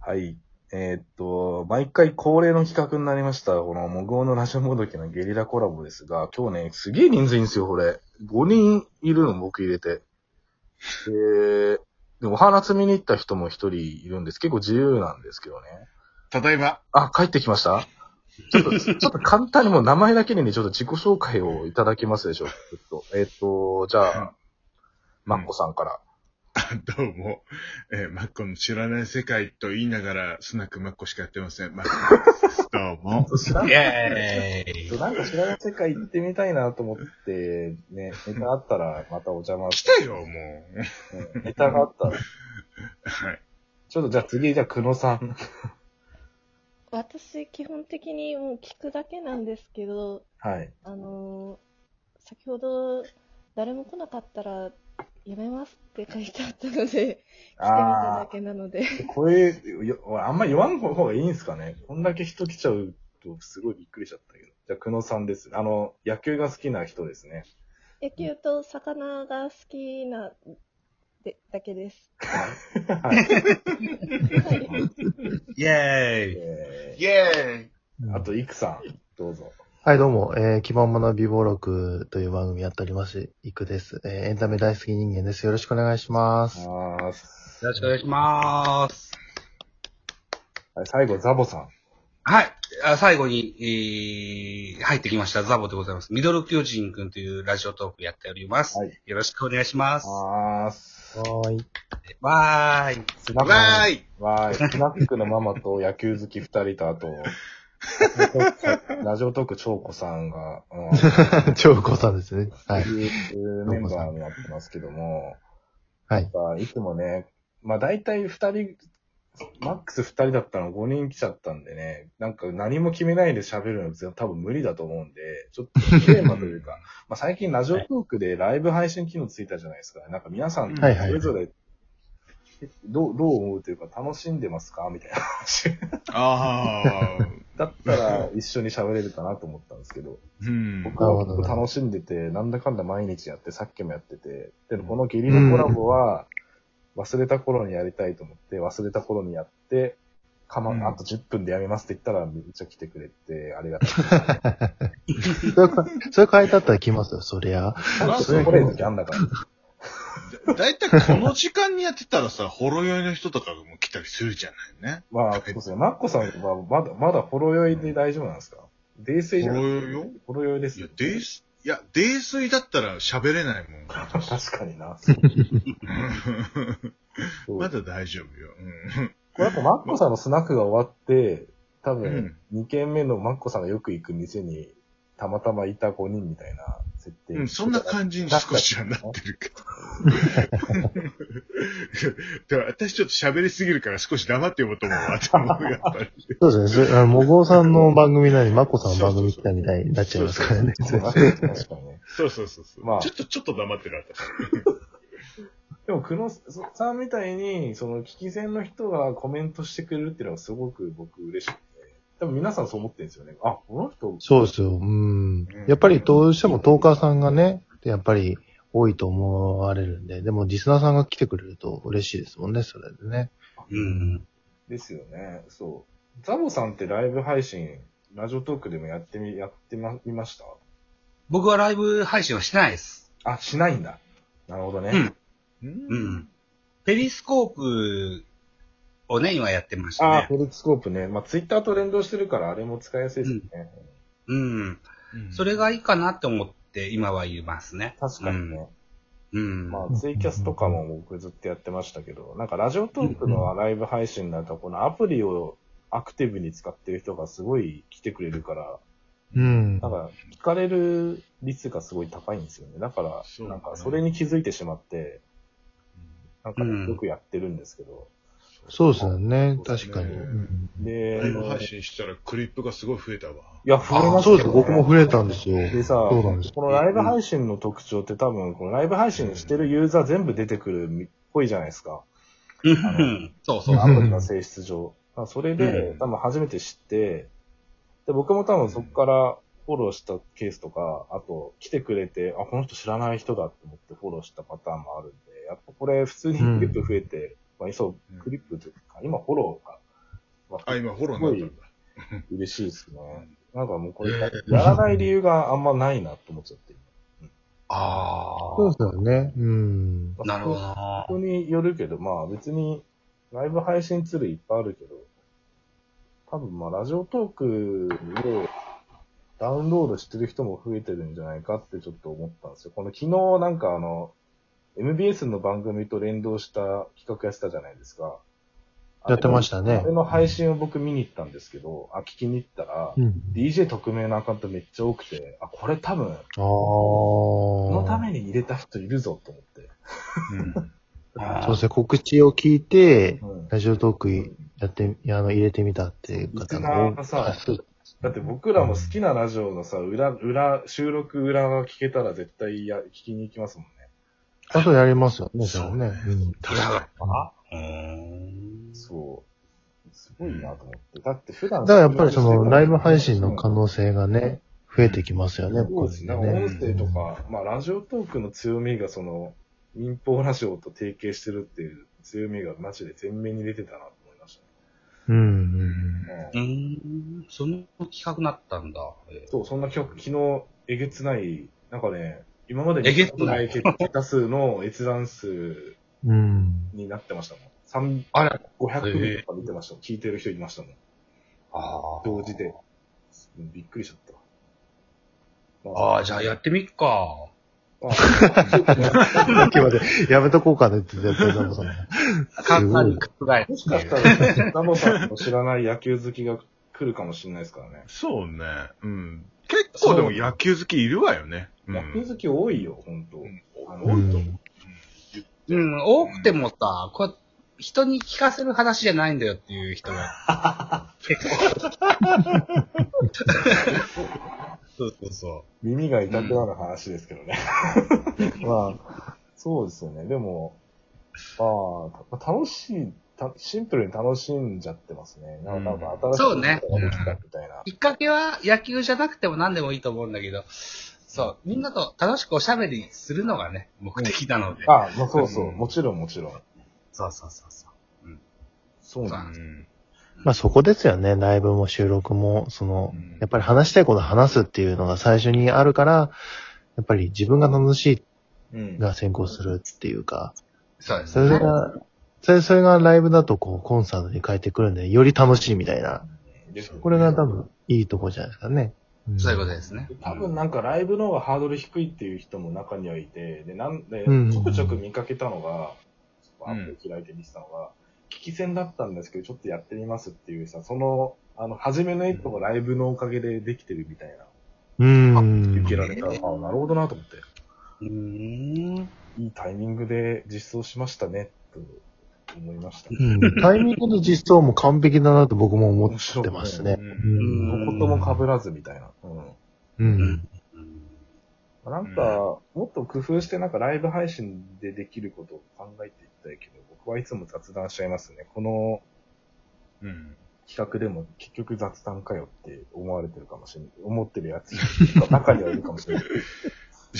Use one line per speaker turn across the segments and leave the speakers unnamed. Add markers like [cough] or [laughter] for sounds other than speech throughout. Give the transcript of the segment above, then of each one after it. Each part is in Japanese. はい。えーっと、毎回恒例の企画になりました。この、無謀のラジオもどきのゲリラコラボですが、今日ね、すげえ人数いいんですよ、これ。5人いるの、僕入れて。で、でお花摘みに行った人も1人いるんです。結構自由なんですけどね。
ただいま。
あ、帰ってきましたちょっと、 [laughs] ちょっと簡単にもう名前だけにね、ちょっと自己紹介をいただけますでしょうか。ちょっとえーっと、じゃあ、マッコさんから。
どうも。えーマッコの知らない世界と言いながら、スナックマッコしかやってません。マッコです。どうも。
知らん
エーイ
なんか知らない世界行ってみたいなと思って、ね、ネタあったらまたお邪魔
来
した
よ、もう。
て、 [laughs] ねネタがあったら。
はい。
ちょっとじゃあ次、じゃあ久野さん。
私、基本的にもう聞くだけなんですけど、
はい。
あのー先ほど、誰も来なかったら、やめますって書いてあったので、来てみた
あ
だけなので、
ー、これ、よあんま言わん方がいいんですかね。こんだけ人来ちゃうと、すごいびっくりしちゃったけど。じゃあ久野さんです。あの、野球が好きな人ですね。
野球と魚が好きな、で、だけです。
はい。
はい
イェーイ
[laughs] え
イェーイ
ー、あと、いくさん、どうぞ。
はい、どうも、えー、基本学び暴録という番組やっております、いくです。えー、エンタメ大好き人間です。よろしくお願いします。
あー
よろしくお願いしまーす。
はい最後、ザボさん。
はい。あ最後に、えー、入ってきました、ザボでございます。ミドル巨人くんというラジオトークやっております。
はい
よろしくお願いします。
あーす。
[laughs] はーい。
わーい。
なんか
わーい
わーい。スナックのママと野球好き二人と、あと、ラジオトーク長子さんが、うん、
超高さんですね。はい。
メンバーになってますけども、
はい。
まあいつもね、まあ大体二人、マックス二人だったの5人来ちゃったんでね、なんか何も決めないで喋るの多分無理だと思うんで、ちょっとテーマという
[laughs]
か、まあ最近ラジオトークでライブ配信機能ついたじゃないですか、なんか皆さん、そ
はいはい
れぞれ、どう、どう思うというか、楽しんでますかみたいな話。
あー。
だったら一緒に喋れるかなと思ったんですけど、
うん。
僕は結構楽しんでて、なんだかんだ毎日やって、さっきもやってて、で、このゲリラコラボは、忘れた頃にやりたいと思って、忘れた頃にやって、か
うん
ま、あと10分でやめますって言ったら、めっちゃ来てくれて、ありがたい。
それか、それ変えたったら来ますよ、そりゃ。
それこれの時あんだから。
だいたいこの時間にやってたらさ、ほろ酔いの人とかも来たりするじゃないね。
まあ、そうですね。マッコさんは、まだ、まだほろ酔いで大丈夫なんですか泥酔じゃ
ほ
な
ろ
い
酔いよ。
ほろ酔いで
い
す
や
よ。、
泥酔、いや、泥酔だったら喋れないもん。
確かに
[laughs]
な。そう
まだ大丈夫よ。
これやっぱマッコさんのスナックが終わって、多
うん。う
分
ん、
2軒目のマッコさんがよく行く店に、たまたまいた5人みたいな設定。
うん、そんな感じに少しはなってるけ [laughs] ど。でも私ちょっと喋りすぎるから少し黙って読もうと思うわ、と思う、やっぱり。
そうですね。それあの、もごうさんの番組なり、まこさんの番組来たみたいになっちゃいますからね。
じ。確かにね。
[laughs] そうそうそうそう、
まあ
ちょっと、ちょっと黙ってる、私。
[laughs] でも、久野さんみたいに、その、聞き戦の人がコメントしてくれるっていうのはすごく僕嬉しくて。多分皆さんそう思ってるんですよね。あ、この人、
そうですよ。うん。やっぱりどうしてもトーカーさんがね、やっぱり多いと思われるんで、でもリスナーさんが来てくれると嬉しいですもんね、それでね。
うん。
ですよね。そう。ザボさんってライブ配信、ラジオトークでもやってみ、やってま、いました
僕はライブ配信はしてないです。
あ、しないんだ。なるほどね。
うん
う。
うんん。ペリスコープをね、今やってました
ああ、
ね。
フェルツコープね。まあ、ツイッターと連動してるから、あれも使いやすいですよね。
うん。それ
が、
がいいかなって思って、今は言いますね。
確かにね。
うん。
まあ、ツイキャスとかも僕ずっとやってましたけど、なんかラジオトークのライブ配信だと、このアプリをアクティブに使ってる人がすごい来てくれるから、
うん
な。んか聞かれる率がすごい高いんですよね。だから、なんかそれに気づいてしまって、なんかね
うん
よくやってるんですけど、
そうですよね。
そうですね
確かに。うん
で、
ライブ配
い
信したらクリップがすごい増えたわ。
や、増えま
あ
す
そ
よ
うです。僕も触れたんですよ。
でさ、
そうなんです
このライブ配信の特徴って多分、このライブ配信してるユーザー全部出てくるっぽいじゃないですか。
うん。 [laughs] そうそう。
アプリの性質上。まあそれで
う、ん
多分初めて知って、で、僕も多分そこからフォローしたケースとか、あと来てくれて、あ、この人知らない人だと思ってフォローしたパターンもあるんで、やっぱこれ普通にクリップ増えて、まあ、そうう、
ん
クリップというか、今フォローがまあ
あ、今フォローになったんだ。
嬉しいですね。なんかもうこれ、やらない理由があんまないなって思っちゃって。
あ
そうですよね。うん。
まあ
あ。なるほど
そこ
な
そこによるけど、まあ別に、ライブ配信ツールいっぱいあるけど、多分まあラジオトークをダウンロードしてる人も増えてるんじゃないかってちょっと思ったんですよ。この昨日なんかあの、MBS の番組と連動した企画やってたじゃないですか。
やってましたね
あれの配信を僕見に行ったんですけど、あ、聞きに行ったら、
うん。
DJ 匿名のアカウントめっちゃ多くて、あ、これ多分、
ああ。
こ
こ
のために入れた人いるぞと思って。
うん。
あ
そうですね、告知を聞いて、
うん
ラジオトークやって、あの、入れてみたっていう方
リスナー
が
がさ
多い。
だって僕らも好きなラジオのさ、裏、裏、収録裏が聞けたら絶対や、聞きに行きますもんね。
あとやりますよね、そ
そう
れね。うん
裏が。うーん。
そう。すごいなと思って。だって普段
だからやっぱりその、ライブ配信の可
感
能性がね、増えてきますよ
そ
ね、
う
こ
です
れ
ね。な
で
んか
ね。
音声とか、まあラジオトークの強みがその、民放ラジオと提携してるっていう強みがマジで前面に出てたなと思いまし
うん
う
うん。
ん
たね。
うーん。その企画になったんだ。え
そう、そんな曲、昨日、えげつない、なんかね、今まで
えげつない
結果数の閲覧数 [laughs]
うん。
になってましたもん。三
あれ
500人とか出てましたもん。聞いてる人いましたもん。
あ
同時で。びっくりしちゃった。
あ。ああ、じゃあやってみっか。
まあ
さっき [laughs] まで、やめとこうかねって言ってたやつだもんそれ
簡単に覆え
[laughs] もしかしたら、ナノさんの知らない野球好きが来るかもしれないですからね。
そうね。うん。結構でも野球好きいるわよね。うん
野球好き多いよ、ほんと。
うん
あ
多いと
う。
思うん
うん、多くてもさ、こう、人に聞かせる話じゃないんだよっていう人が。結構。そうそうそ
耳が痛くなる話ですけどね。 [laughs] まあ、そうですよね。でも、まあ、た楽しい、たシンプルに楽しんじゃってますね。なんかなんか新しい
そうね
ことができたみたいな
う。。きっかけは野球じゃなくても何でもいいと思うんだけど、そう、みんなと楽しくおしゃべりするのがね、目的なので。
あ、まあそうそう、
うん
もちろんもちろん。
そうそうそうそう。
そうなんです。
うん
まあそこですよね、ライブも収録も、その
うん、
やっぱり話したいこと話すっていうのが最初にあるから、やっぱり自分が楽しい
うん。
が先行するっていうか、
そうです
それ
ね。
が、それそれがライブだとこうコンサートに変えてくるんで、より楽しいみたいな。
です
これが多分いいとこじゃないですかね。ん
そういうことですね。
多分なんかライブの方がハードル低いっていう人も中にはいて、で、なんで
う、ん
ちょくちょく見かけたのが、
う
ア
ん
ップ開いてみてたのが、聞き戦だったんですけど、ちょっとやってみますっていうさ、その、あの、初めの一歩がライブのおかげでできてるみたいな、
うん
受。けられた。あ、なるほどなと思って。
うーん。
いいタイミングで実装しましたね、と思いました。
うんタイミングの実装も完璧だなと僕も思ってますね。
面
うん
どことも被らずみたいな。うん。
うん。
なんか、もっと工夫してなんかライブ配信でできることを考えていきたいけど、僕はいつも雑談しちゃいますね。この
うん。
企画でも結局雑談かよって思われてるかもしれない。思ってるやつ、中にはいるかもしれない。
い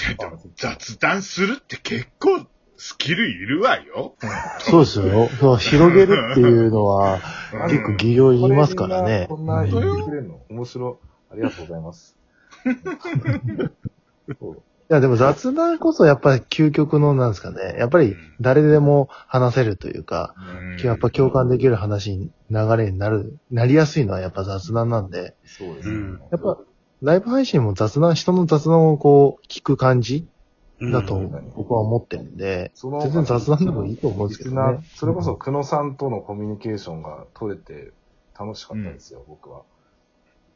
やでも雑談するって結構スキルいるわよ。
そうですよ。そう広げるっていうのは、
うん
結構技 [laughs] 量言いますからね。
これみんなこんな
う
言っ
ん
てくれるの面白い。ありがとうござい
[laughs]
ます。そう
いや、でも雑談こそやっぱり究極のなんですかね。やっぱり誰でも話せるというか、
うん
やっぱ共感できる話に、流れになる、なりやすいのはやっぱ雑談なんで、
そうです
う
ね
ん。
やっぱライブ配信も雑談、人の雑談をこう、聞く感じ
うん
だと僕は思ってるんで、
その
全然雑談でもいいと思うん
リ
ですけ
ス
ど
ナー
ね。
それこそ久野さんとのコミュニケーションが取れて楽しかったですよ、僕
[laughs]
は。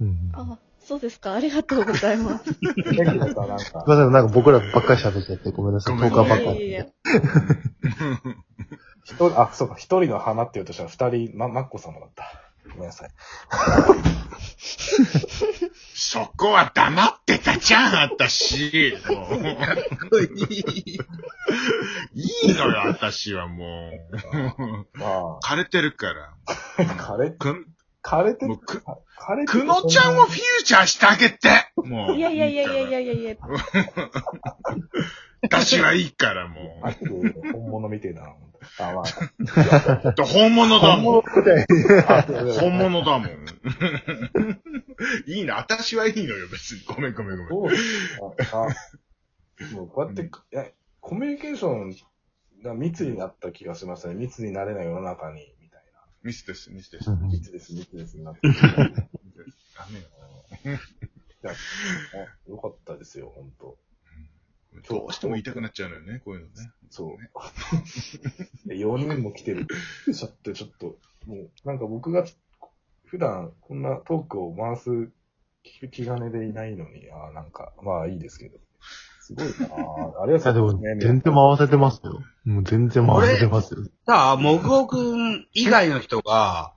うん。
あ、そうですか。ありがとうございます。
ね久野さんなんか
すいません、なんか僕らばっかり喋っちゃってごめんなさい、
ごめ
10
ん
日
な
ばっ
さ
か
い
いやいやい
り。
や
一人、あ、そうか、一人の花って言うとしたら二人、ま、マッコ様だった。ごめんなさい。
そこは黙ってたじゃん、あたし。もういいのよ、あたしはもう。 [laughs]
ま
枯れてるから。
あ、枯れ、
くん、
枯れて
もう、く、
枯れて
くのちゃんをフューチャーしてあげてもう。
いやいやいやいやい
や。
やいやいや。
私はいいから、もう。
マジで本物みてえだな、本当あ、まあ。
だ本物だもん。本
物。
物だもん。 [laughs] いいな、私はいいのよ、別に。ごめんごめんごめん。
どうしたあ、もうこうやって、いやコミュニケーションが密になった気がしましたね。密になれない世の中に、みたい
ミスです、ミスです。
[laughs]
な。密です、密ですにな
[laughs]
って。い
ダメよ。
やあよかったですよ、本当
どうしても言いたくなっちゃうのよね、こういうのね。
[laughs] そう。で4人も来てる。ちょっと、ちょっと、もう、なんか僕が普段こんなトークを回す聞く気兼ねでいないのに、ああ、なんか、まあいいですけど。すごいな
[laughs]
あ。ありが
や、で
とうご
も
ざいます、、
全然回せてますよ。もう全然回せてますよ。
[laughs] さあ、もぐおくん以外の人が、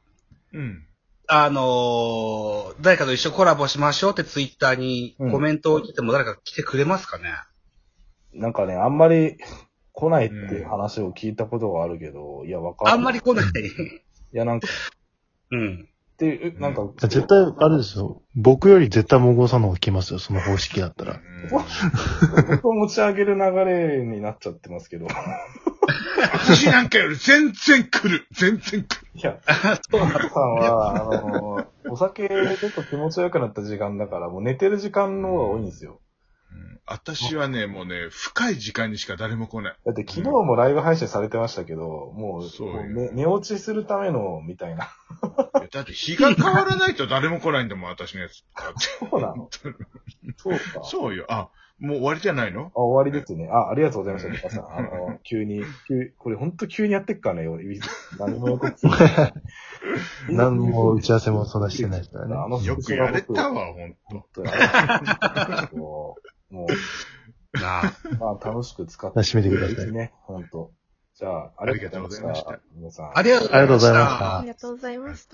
うん。
あのー誰かと一緒にコラボしましょうってツイッターにコメントを来ても誰か来てくれますかね、
なんかね、あんまり来ないっていう話を聞いたことがあるけど、いや、わかんない。
あんまり。来ない。
いや、なんか、
うん。
っていう、なんか、
絶対、あれですよ。僕より絶対もごさんの方が来ますよ、その方式だったら。
うん
僕を持ち上げる流れになっちゃってますけど。
私なんかより全然来る。全然来る。
いや、そうさんは、あの、お酒でちょっと気持ちよくなった時間だから、もう寝てる時間の方が多いんですよ。
うん私はね、もうね、深い時間にしか誰も来ない。
だって昨日もライブ配信されてましたけど、もう、
そうよ
もうね寝落ちするための、みたいな。
いやだって日が変わらないと誰も来ないんだもん、私のやつ。
そうなのそうか。
そうよ。あ、もう終わりじゃないの
あ、終わりですね。あ、ありがとうございました、皆さん。あの、急に、急、これ本当急にやってっからね、俺、何も予告する。
何も打ち合わせもそんなしてないですからね。
あの
よくやれた
本
わ、ほんと。
当にあれもう、もう
な [laughs] あ。
まあ、楽しく使って
締めてください。
ね、本当じゃあ、ありがとうございました。皆さん。
ありがとうござ
あり
いました。
がとうございました
ありがとうございました。